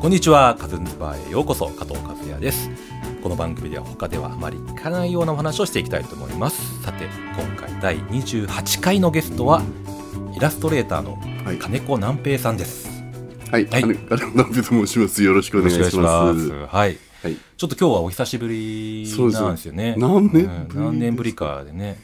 こんにちはカズンバーへようこそ加藤和也ですこの番組では他ではあまり聞かないようなお話をしていきたいと思いますさて今回第28回のゲストはイラストレーターのはい、金子南平さんですはい、はい金金子直樹と申します。よろしくお願いします。はいはい、ちょっと今日はお久しぶりなんですよねそうですよ何年ぶりですうん何年ぶりかでね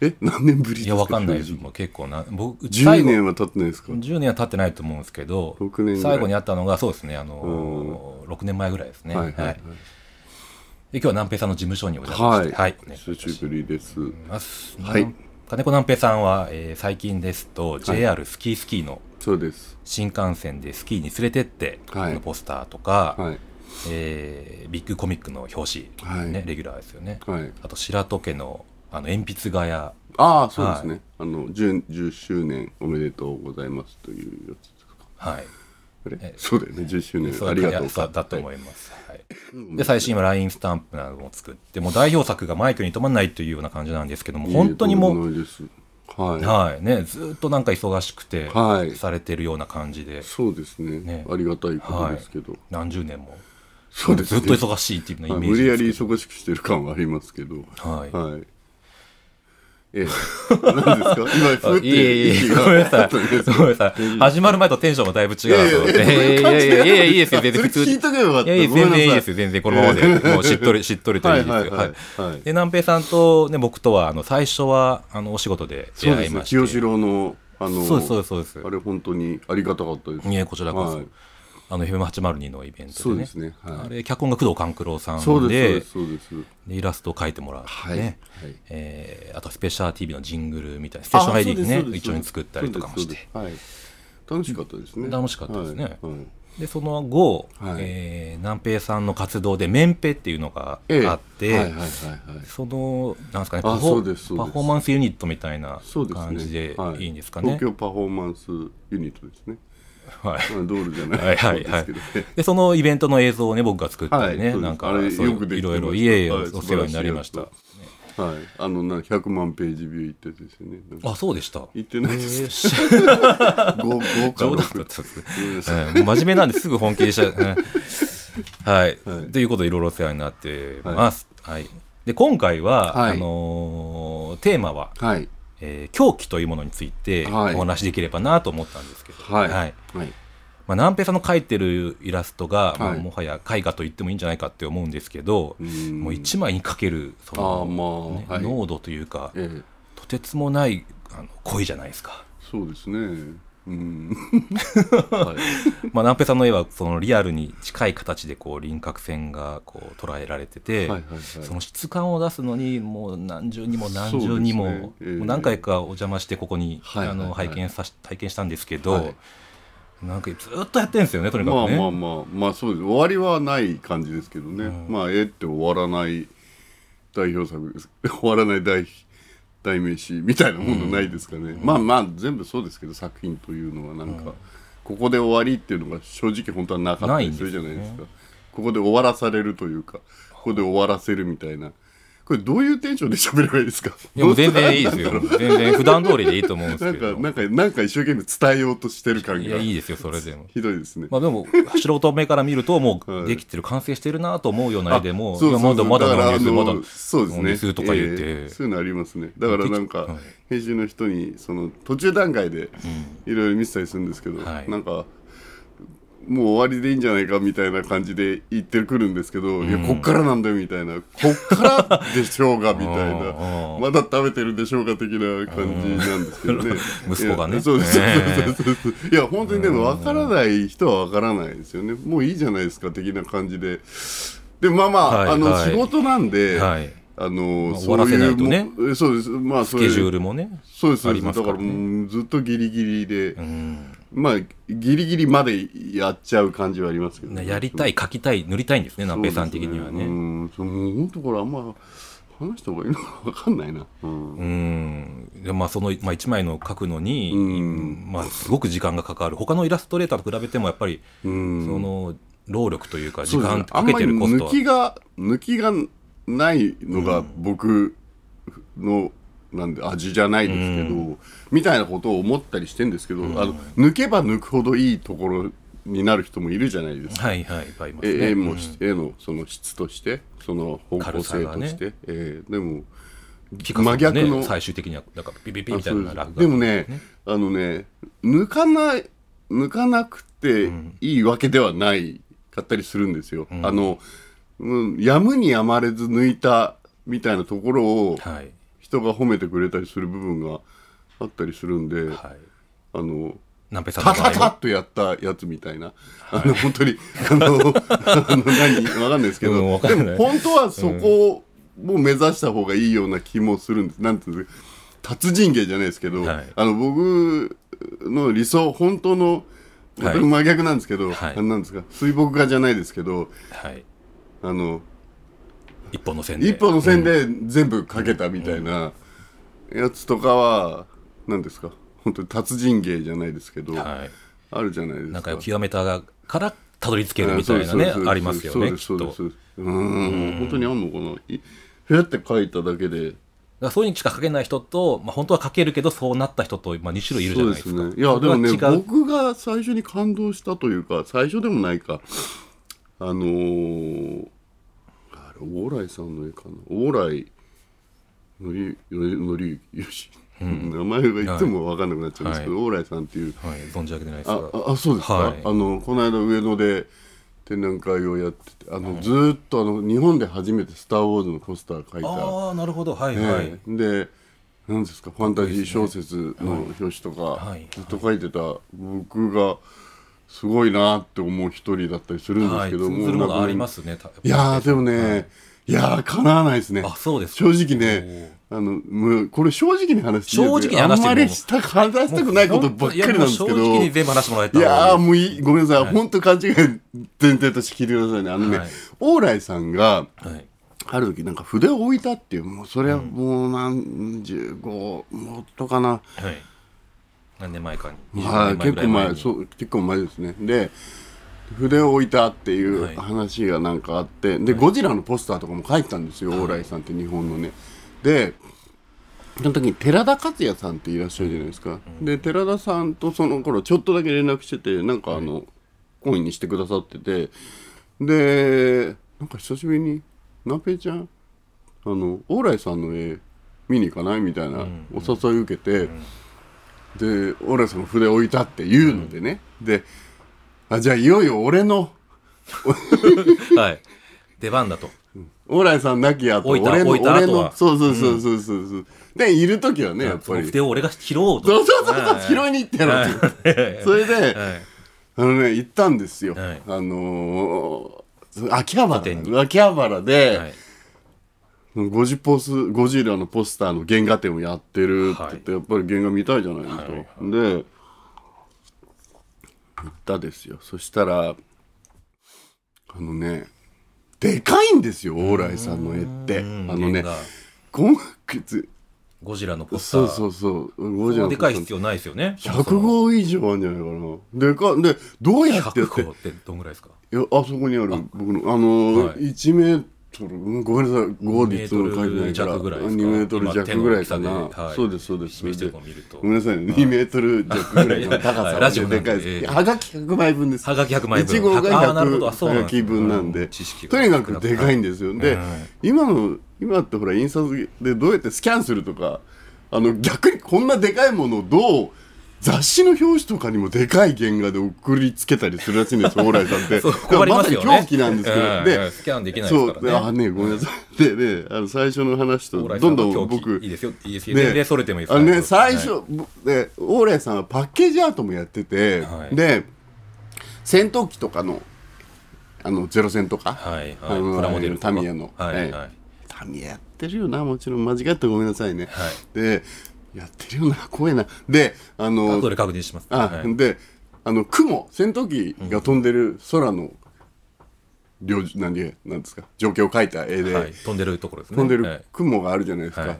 え、何年ぶりですいか。やわかんないですもう結構な僕10年は経ってないですか。 10年は経ってないと思うんですけど6年ぐらい最後に会ったのがそうですねあの6年前ぐらいですね、はいはいはいで今日は南平さんの事務所にお邪魔はしい、てはい、お願い久ししぶりです。ます、はいなん金子南平さんは、えー最近ですと JR スキースキーのそうです。新幹線でスキーに連れてって、はいのポスターとか、はい、えービッグコミックの表紙、はいね、レギュラーですよね、はい。あと白戸家のあの鉛筆画やああ、そうですね。はあの10 10周年おめでとうございますというやつですか。はいえあれそうだよね。10周年そうありがとうそうだと思はいます、はいで最新は LINE スタンプなども作ってもう代表作がマイクに止まらないというような感じなんですけどもい本当にもとう、んでもないですはい、はいね、ずーっとなんか忙しくて、はいされてるような感じでそうですねねありがたいことですけど、何十年もそうですずねっと忙しいっていうようなイはいメー無ジ理やりですけ忙しくしてる感はありますけどどはいはい。ええ。何ですか今、ふっいえいえてい息え、がごめんなさい。とりあえずごめんなさい。始まる前とテンションがだいぶ違うなと思って。いやいやいやいやいいですよ、全然普通それ聞いとけばよかったいやいや、全然いいですよ、全ごめんなさい然このままで。もうしっとり、しっとりといいですよ。はいはいはいははいいで、南平さんとね、僕とは、あの、最初は、あの、お仕事で出そう会でいすねま。して。清志郎の、あの、そうですそうですそうですあれ、本当にありがたかったです。いえこちらこそはいあの、FM802 のイベントそうででねす。ね。はあい。れ、脚本が工藤官九郎さんそうでで、す、そうです、そうです。でイラストを描いてもらってはいはねい。えーあと、スペシャル TV のジングルみたいな、ステーション ID にね、一緒に作ったりとかもして。。あそうですそうですそうですそうですそうですはい。楽しかった楽しかったですね。ですねはいはいでその後、はいえー南平さんの活動で「メンペ」っていうのがええあって、はいはいはいはい。そのなんですかねあパフそうォですそうですパフォーマンスユニットみたいなそうですね。感じではいいんですかね。東京パフォーマンスユニットですね。はいまあドールじゃない。はいはいそうではすいけどね。でそのイベントの映像をね僕が作ったりね、はいそうですなんかあれそういよくうでいきてまろいろしたいえいえはいお世話になりました素晴。はい、あのな100万ページビューいってやつですよね。なんかあそうでした。言ってない ですえーし冗談だ豪豪華なったんですね。ごめんなさいうん真面目なんですぐ本気でした、 ね、はい、はいということでいろいろお世話になってます、はいで今回は、はいあのーテーマは、はいえー狂気というものについてはいお話しできればなと思ったんですけど、はいはいまあ、南平さんの描いてるイラストが、まあはいもはや絵画と言ってもいいんじゃないかって思うんですけど、んもう1枚にかけるそあーの、まあねはい濃度というか、ええとてつもないあの恋じゃないですか。そうですね。 うん。はいまあ、南平さんの絵はそのリアルに近い形でこう輪郭線がこう捉えられてて、はいはいはい。その質感を出すのにもう何重にも何重にも,、そうですねええもう何回かお邪魔してここに、はいはいはいあの拝見さし体験したんですけど、はいなんかずっとやってるんですよねとにかまあくね。まあまあまあそうです。終わりはない感じですけどね。うんまあ絵って終わらない代表作 です。終わらない代代名詞みたいなものないですかね。まあまあ全部そうですけど作品というのはなんか、ここで終わりっていうのが正直本当はなかったないんりですすよるねじゃないですか。ここで終わらされるというか、ここで終わらせるみたいな。これどういうテンションで喋ればいいですか。いやもう全然いいですよ。全然普段通りでいいと思うんですなんけかど。なんかなんか一生懸命伝えようとしてる感いや、がいいですよ、それでも。ひどいですね。まあでも、素人目から見ると、もはういできてる、完成してるなと思うような絵でも、そういやそまうそだうまだからなんですよ、あまのだ、そうですなんね。ですよとか言ってええそういうのありますね。だからなんか、はい編集の人に、その、途中段階で、いろいろ見せたりするんですけど、はいなんか、もう終わりでいいんじゃないかみたいな感じで言ってくるんですけど、いや、こっからなんだよみたいな、こっからでしょうがみたいうんなう、ん。まだ食べてるでしょうか的な感じなんですけどね 息子がねいやそうです、そうねえですそうです。いや、本当にでも分からない人は分からないですよね。もういいじゃないですか的な感じで。でもまあまあ、はいあのはい仕事なんで、はい。あの、まあそう終わらせないというねもそうですまあスそういケうジュールもね。そうですあそうりですまだすかかららねもうずっとギリギリで、うん。まあギリギリまでやっちゃう感じはありますけど、ねやりたい、描きたい、塗りたいんですね、南平さん的にはそうですうね。んそうもう本当これあんま話した方がいいのか分かんないな、うんうん。で、まあ、その、まあ、一枚の描くのに、うんまあ、すごく時間がかかる。他のイラストレーターと比べても、やっぱり、うんその、労力というか、時そうです間ねかけてるコスあんまり抜トはきが抜きがないのが僕の、なんで味じゃないですけど、みたいなことを思ったりしてんですけど、あの抜けば抜くほどいいところになる人もいるじゃないですか。はいはいいっぱいいますねえ絵もし、絵のその質としてその方向性として、えーでもピカソも真ね逆の最終的にはなんかピピピあみたいそうなで落す書きでもねあのね抜かない抜かなくていいわけではないかったりするんですよ。あの、うん、やむにやまれず抜いたみたいなところをはい人が褒めてくれたりする部分があったりするんで、はいあの南平さんのタ場合タはタッとやったやつみたいな、あの本当にあのあの何わかんないですけど、うんわかでんないも本当はそこを目指した方がいいような気もするんです、なんていうんですか達人芸じゃないですけど、はいあの僕の理想本当のはい真逆なんですけど、はいあのなんですか水墨画じゃないですけどはいあの一本の線で一本の線で全部かけたみたいなやつとかは何ですか本当に達人芸じゃないですけど、はいあるじゃないですか。なんか極めたからたどり着けるみたいなねありますよねきっとううん本当にあんのかなふやって書いただけだでからそういうにしか書けない人と、まあ、本当は書けるけどそうなった人と、まあ、2種類いるじゃないですかそうですねいやでもねそこは違う僕が最初に感動したというか最初でもないかあのー、あれ往来さんの絵かな往来のりのりよし、名前がいつも分かんなくなっちゃうんですけど、往来さんっていうはい、存じ上げてないですがあああそうですか、はいあのこの間上野で展覧会をやっててあの、ずーっとあの日本で初めて「スター・ウォーズ」のポスター描いた、ああなるほどはいはい、ええで何ですかファンタジー小説の表紙とか、はいずっと描いてた僕がすごいなって思う一人だったりするんですはいけど、通ずるももうのありまなくすねたいやーでもね、い、やーかなわないですねあそうですか正直ねあのもうこれ正直に話していい正直に話してあもんまりした話したくないことばっかりなんですけどいやもう正直に全部話してもらえたいらやーもういいごめんなさい、本当勘違い前提として聞いてくださいねあのね、はい往来さんがはい、ある時なんか筆を置いたっていうもうそれはもう何十五もっとかな、はい、何年前かにはい、 20年前結ぐら構い前にそう結構前ですねで筆を置いたっていはいう話がなんかあって、でゴジラのポスターとかも書いてたんですよ往来さんって日本のねでその時に寺田克也さんっていらっしゃるじゃないですか、で寺田さんとその頃ちょっとだけ連絡しててなんかあの、懇意にしてくださっててでなんか久しぶりに「なぺちゃんあの往来さんの絵見に行かない?」みたいなお誘い受けて、で俺はその筆置いたって言うのでね、であじゃあいよいよ俺のはい、出番だとオーライさん亡き後置いた俺の置いた後は俺のそうそうそうそうそう、うでいる時はねやっそぱのり筆を俺が拾おうと そうそうそうそう、はい拾いに行ってやろうって言って、それで、はいあのね行ったんですよ、はいあのー秋葉個展原秋葉原で、はいゴジポスゴジラのポスターの原画展をやってるって言って、やっぱり原画見たいじゃないですか、で行ったですよそしたらあのねでかいんですよ往来さんの絵ってあうんのね原画こん靴ゴジラのポスターそうそうそうゴこジんなラのでかい必要ないですよね100号以上あるんじゃないかなでかいでどうやってやって100号ってどんぐらいですかいやあそこにある僕のあの、はい1メートルうんごめんなさい後日の書いてないから2メートル弱ぐらいですか2メートル弱ぐらいかな、今手の大きさではいそうですそうです示してるのを見るとごめんなさいね2メートル弱ぐらいの高はいさラジオなんででかいです、ええいやはがき100枚分ですはがき100枚分1号があーなるほどあ100そうなんはですねがき分なんうんで知識がとにかくでかいんですよで、うん今の今ってほら印刷でどうやってスキャンするとかあの逆にこんなでかいものをどう雑誌の表紙とかにもでかい原画で送りつけたりするらし いんですよ、蓬莱さんって。そう困りますよねだからまさに狂気なんですけうんど。で、スキャンできないですからねそう、あ、ね、ごめんなさい。で、ね、あの、最初の話と、どんどん僕、いいですよいいですよ年齢それてもいいですあかのらね、最は初、で、オーレさんはパッケージアートもやってて、はいで、戦闘機とかの、あの、ゼロ戦とか、いはいあのプラモデルとかタミヤの、はいええはいタミヤやってるよな、もちろん、間違ってごめんなさいね。はいで、やってるよな、怖えな。で、あの、後で確認しますあ、はいであの雲戦闘機が飛んでる空の、領事なんでなんですか状況を描いた絵で、はい飛んでるところですね飛んではるい雲があるじゃないですか、はい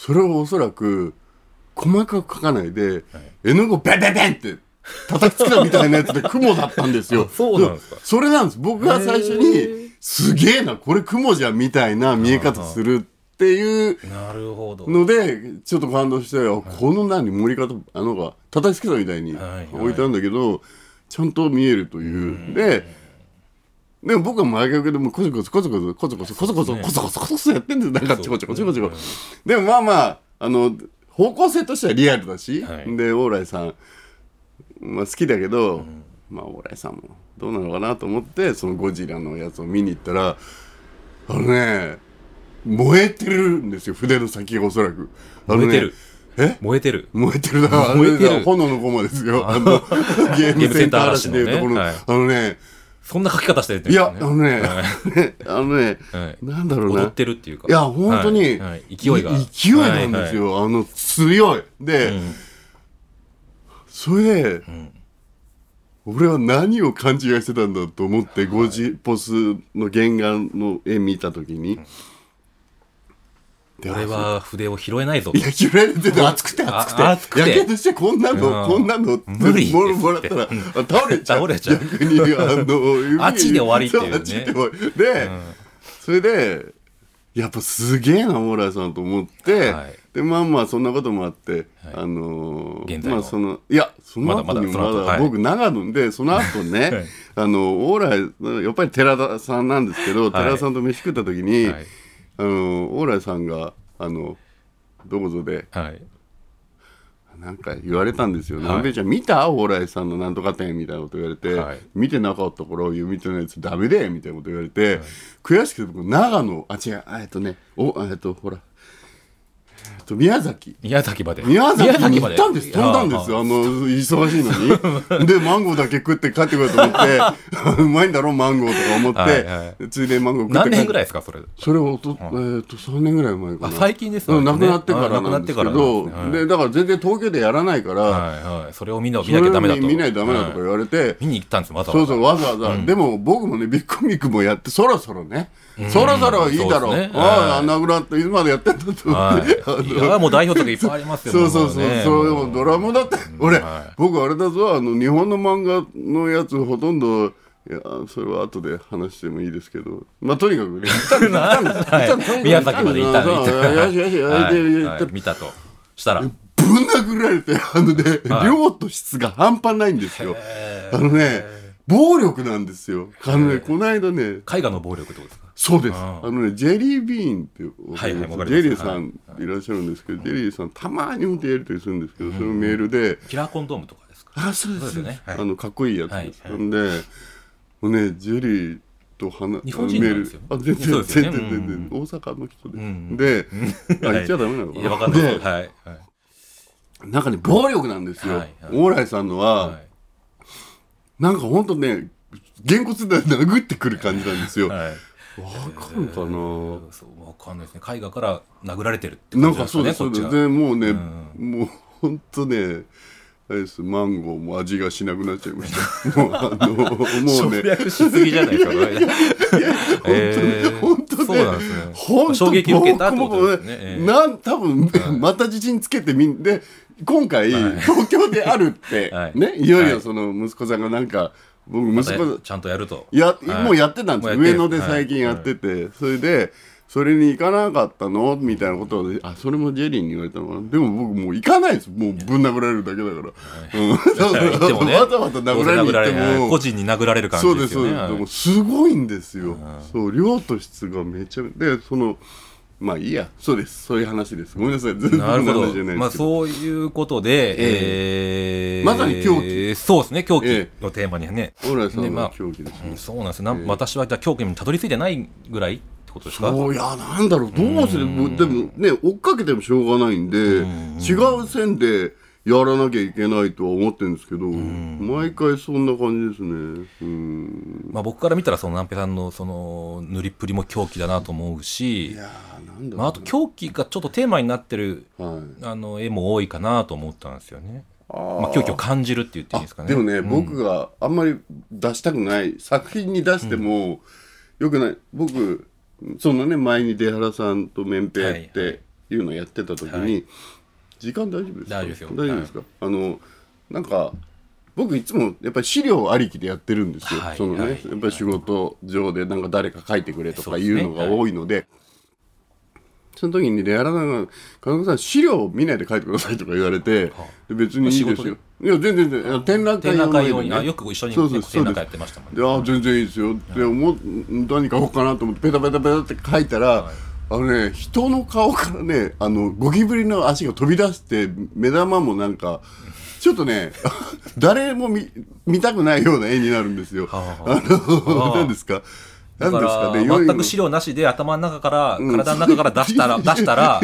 それをおそらく細かく描かないで、絵の具をベンベンベンって叩きつけたみたいなやつ で雲だったんですよあそうなんですかそれなんです僕が最初へにすげえなこれ雲じゃんみたいな見え方するっていうなるほどのでちょっと感動して、あこの何盛り方あのが叩きつけたみたいにはいはい置いたんだけど、いちゃんと見えるという。で、でも僕は真逆でもうコツコツコツコツコツコツコツコツコツコツコツコツやってんですよなんかちょこちょこちょこちょこ。でもまあまあ、あの、方向性としてはリアルだし、はいで、オーライさん、まあ好きだけど、まあオーライさんもどうなのかなと思って、そのゴジラのやつを見に行ったら、あのね、燃えてるんですよ、筆の先がおそらく。あのね燃えてる。え燃えてる。燃えてるだから、燃えてるあれだ炎の駒ですよ。あの、ゲームセンター嵐でいうところの、ゲームセンあのね、そんな書き方してるんでいすや、よねあのね、 あのね、はいなんだろうな。踊ってるっていうか。いや、本当に、はいはい勢いが。勢いなんですはよ。あの、強い。で、いはい。うんそれで、ん俺は何を勘違いしてたんだと思って、ゴジポスの原画の絵見たときに、で俺は筆を拾えないぞ。いや、揺れてて熱くてあ熱くて。熱くてやけどしてこんなの、うんこんなの、無理ももらったら、あ倒れちゃう。倒れちゃう逆に、あの、あっちで終わりっていうねそあっちで終わりで、それで、やっぱすげえな、モーラーさんと思って、はいで、まあまあ、そんなこともあって、はいあのー現在のまあ、その、いや、そのまだ後まだにもそまのだ、後はい僕、長野で、その後ね、 はいあの、オーライ、やっぱり寺田さんなんですけど、い寺田さんと飯食った時に、はい。あの、オーライさんが、あの、どこぞで、はい。なんか言われたんですよ、はい南米ちゃん、見た蓬莱さんのなんとか店みたいなこと言われて、はい見てなかったから、いや見てないやつ、だめだよみたいなこと言われて、悔しくて、僕、長野、あ、違う、あえっとね、お、あえっと、ほら、えっと、宮崎。宮崎まで。宮崎に行ったんです。宮崎飛んまだんですよ。あの、忙しい のに。で、マンゴーだけ食って帰ってこようと思って、うまいんだろ、マンゴーとか思って、はいはついでマンゴー食って何年ぐらいいですか、それ。それはおと、えーっと、3年ぐらい前かな。あ最近ですねうん亡くなってからあ亡くななんっでてすけからなど、んですねで、だから全然東京でやらないから、はいはい。それを見な見それなきゃダメだと。見見ないとダメだとか言はいわれて、見に行ったんです、わざそわうざ。そう、わざわざ。でも、僕もね、ビッグミックもやって、そろそろね、そろそろいいだろそうう。ですねああ、なくなって、いつまでやってんだと思はって。あい。いのや、もう代表作いっぱいありますよそうそうそう、もねそれももドラマだって、 俺、はい僕あれだぞ、あの、日本の漫画のやつほとんど、いや、それは後で話してもいいですけど、まあ、とにか くね、行ったんだ行ったんだ行ったんだはい宮崎まで行ったそうよしよしよしはい行っはてい見たと。したら。ぶん殴られて、あのね、量と質が半端ないんですよ。あのね、暴力なんですよ。あのね、この間ね、絵画の暴力ってことですかそうです。あああのね、ジェリービーンっておはいはいわかりますジェリーさんいらっしゃるんですけど、ジェリーさんたまに本当やりとりするんですけど、そのメールで、キラーコンドームとかですかあ、そうですそうですはいあの、かっこいいやつです。はいはいんで、もうね、ジェリーと話、日本人なんですよあメールあ、全そう然、です全よね然、全うん然、大阪の人でん。で、あ、はい言っちゃダメなのいや、わかんないです。で、はい。はいなんかね、暴力なんですよはい。はいオーライさんのは、はいなんかほんとね、げんこつで殴ってくる感じなんですよ。わはい。かるかなそうわかんないですね。絵画から殴られてるってな感んじかですそうかでね、す、こっちそうです。は。でもうね、んもうほんとね、あれです、マンゴーも味がしなくなっちゃいました。もう、あの、もうね省、略しすぎじゃないですか、これ。えー本当ね、そうなんですね。本当衝撃を受けたってことですね僕もええなん多分、また自信つけてみんで今回、東京であるって、 はいねいよいはよいその息子さんがなんか僕ま息た子ちゃんとやると。や、はいもうやってたんですもうや上ってる野で最近やってて、それでそれに行かなかったのみたいなことをあそれもジェリーに言われたのかなでも僕もう行かないですもうぶん殴られるだけだから、うん行ってもね、わざわざ殴られどうに行ってせ殴られもない個人に殴られる感そじうでですすそようね。です、はいでもすごいんですよ、そう量と質がめちゃめちゃでそのまあいいやそうですそういう話ですごめんなさい全然なるほ僕のど話じゃない。でまあすけそど、ういうことで、えーまさに狂気そうですね、狂気えのテーマにね。オーライさでんまあの競技ですね、うんそうなんですよ、なん私はじゃあ狂気にたどり着いてないぐらいってことですかそういやなんだろうどうするでもね追っかけてもしょうがないんで違う線でやらなきゃいけないとは思ってるんですけど毎回そんな感じですねうんまあ、僕から見たら、その南平さんのその塗りっぷりも狂気だなと思うしい、やーなんだまあ、あろと狂気がちょっとテーマになってるう、はいあの絵も多いかなと思ったんですよね。あまあ、狂気を感じるって言っていいんですかね。でもね、僕があんまり出したくない作品に出しても、よくない僕そのね前に出原さんと綿平っていうのやってた時に、はい時間大丈夫です大か丈夫ですよですか、あのなんか僕いつもやっぱり資料ありきでやってるんですよ、はいそのね、はいやっぱり仕事上でなんか誰か書いてくれとかいうのそうでがすね多いので。その時にレアラさんが「金子さん資料を見ないで書いてください」とか言われてはあで別にいいですよいや全然全然展覧会展覧会用に用あによくご一緒に、ね、そうそうそ展う覧です会やってましたもんでねああ全然いいですよって思っ何書こうかなと思ってペタペタペタって書いたら、あのね人の顔からねあのゴキブリの足が飛び出して目玉もなんかちょっとね 誰も見見たくないような絵になるんですよ。はああのはあ何ですかだ何ですかからね全く資料なしで頭の中から体の中から出したら、 出したら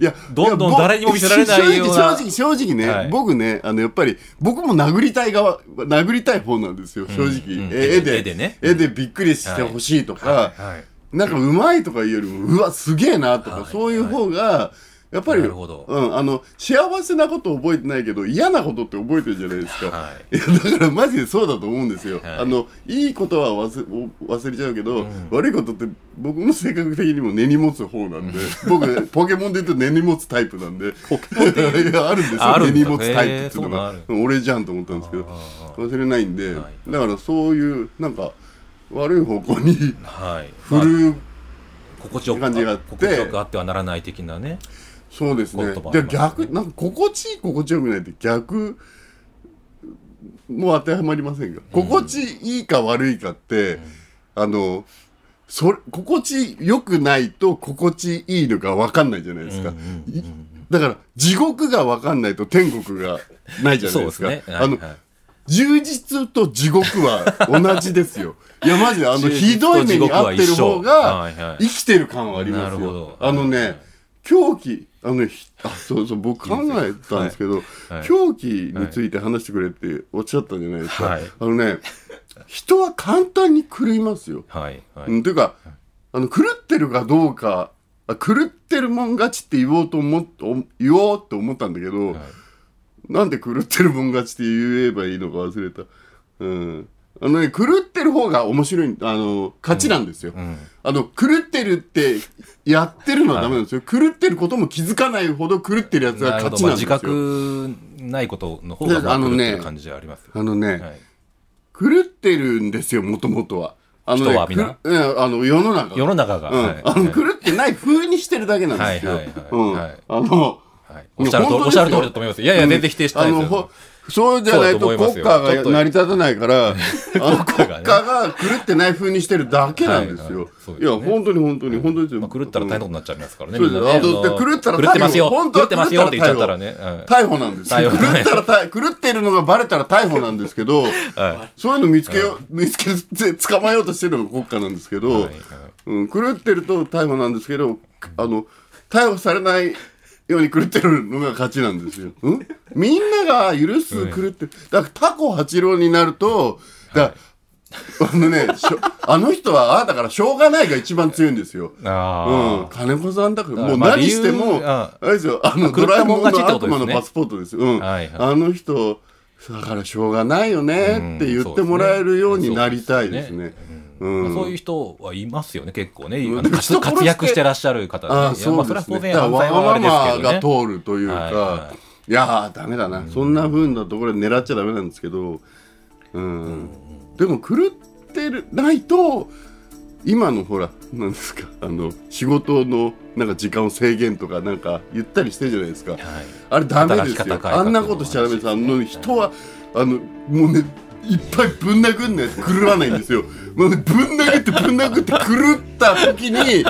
いやどんどんいやぼ誰にも見せられないような正直正直正直ね、はい僕ねあのやっぱり僕も殴りたい側殴りたい方なんですよ正直、うんえ絵で絵でね絵でびっくりしてほしいとか、はいなんかうまいとかいうよりもうわすげえなとか、はいそういう方がやっぱりなるほどうん、あの幸せなこと覚えてないけど嫌なことって覚えてるじゃないですか、、はいやだからマジでそうだと思うんですよ、はいい、あのいいことは忘忘れちゃうけど、ん悪いことって僕も性格的にも根に持つ方なんで僕ポケモンで言うと根に持つタイプなんで ポケモンでいやあるんですああよるんだ根に持つタイプっていうのへがえ俺じゃんと思ったんですけどああ忘れないんで、はいだからそういうなんか悪い方向に はい振まある心地よく感じがあって心地よくあってはならない的なねそうですね言葉。ありでますね逆なんか心地いい心地よくないって逆もう当てはまりませんが、心地いいか悪いかって、あのそれ心地よくないと心地いいのか分かんないじゃないですか。うんうんうんいだから地獄が分かんないと天国がないじゃなそういでですすか。ねあの、はいはい充実と地獄は同じですよ。いや、マジで、あの、充ひ実どとい目地に獄は遭ってる方一緒はいはが、い生きてる感はありまなするほどよ。あのはいね、狂気、あの、ひあ、そうそう、僕考えたんですけどはいはい、狂気について話してくれっておっしゃったじゃないですはかい。あのね、人は簡単に狂いますよ。はいはい、うん、というか、あの、狂ってるかどうか、あ狂ってるもん勝ちって言おうと思っ、お言おうと思ったんだけはど、いなんで狂ってるもん勝ちって言えばいいのか忘れた。うん。あのね、狂ってる方が面白い、あの、勝ちなんですよ。うんあの、狂ってるってやってるのはダメなんですよ。狂ってることも気づかないほど狂ってるやつがなるほ勝どちまあなんです自よ。覚ないことの方がであのまあ狂ってねる感じはありますよあのね、はい狂ってるんですよ、もともとは。あのね、人は皆くうんあの、世の中が。世の中が、うんはいあの狂ってない風にしてるだけなんですよ。はいはいはいうんはいあのはいおっしゃるとお本っ当ですしよゃる通りだと思いますいやいや全然否定してないですあのほよ、そうじゃないとそうだと思います国よ家ちょっがと成り立たないから、あの国家国がね家が狂ってない風にしてるだけなんですはいよはいそう。いですねや、本当に本当に、本当ですよ。まあ、狂ったら大変なことになっちゃいますからねそうみんですなねあのあの狂ったら狂ってますよ逮捕本当狂はってますよって言っちゃったらね、うん逮捕なんですよ。逮狂捕ったら逮、狂ってるのがバレたら逮捕なんですけど、そういうの見つけよう、見つけて捕まえようとしてるのが国家なんですけど、はいはいうん、狂ってると逮捕なんですけど、あの、逮捕されないように狂ってるのが勝ちなんですよ。うんみんなが許す狂ってる。だからタコ八郎になると、だからあのね、しょあの人は、ああだからしょうがないが一番強いんですよ。うんあ、金子さんだから、からもうまあ何して理も由、ああれですよ、あの、狂ドっラえたももんん勝ちのってことです悪ね魔のパスポートですよ。うん。はいはいあの人、だからしょうがないよねって言ってもらえるようになりたいですね。あ、うそういん。う人はいますよね結構ね、んあの活人殺して活躍してらっしゃる方ああ、ねいやまそあうそれは当然ですね。だから犯罪はわあがれでますけどまがね通るというか、はいいはやー、ダメだな。そんな風なところで狙っちゃダメなんですけど、うん。でも、狂ってる、ないと、今のほら、なんですか、あの、仕事の、なんか時間を制限とか、なんか言ったりしてるじゃないですか。はいあれダメで働きす方改よ。革あんなことしちゃダメです。あの人は、あの、もうね、いっぱいぶん殴んないと狂わないんですよ。もうね、ぶん殴ってぶん殴って狂った時に、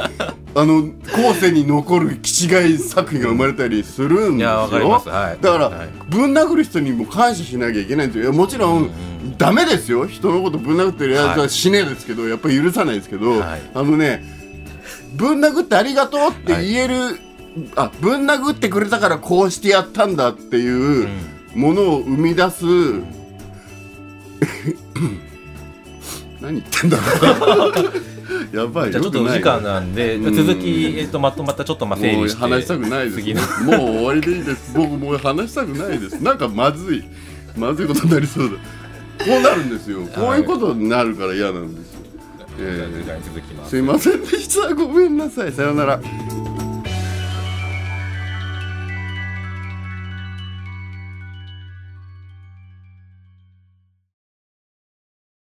あの、後世に残る気違い作品が生まれたりするんいですよ。やわかりますはいだから、はいぶん殴る人にも感謝しなきゃいけないんですよ。いやもちろん、ダメですよ。人のことぶん殴ってるやつは死ねえですけど、やっぱり許さないですけど、はいあのね、ぶん殴ってありがとうって言える、あぶん殴ってくれたからこうしてやったんだっていうものを生み出す、 何言ってんだろう やばいじゃあちょよっくとおない時間なんで、うん続き、えっと、まとまったちょっとまあ整もう理して話したくないです次ものう終わりでいいです僕もう話したくないですなんかまずいまずいことになりそうだこうなるんですよこういうことになるから嫌なんですよ、え次回に続きまえすすいませんでしたごめんなさいさようなら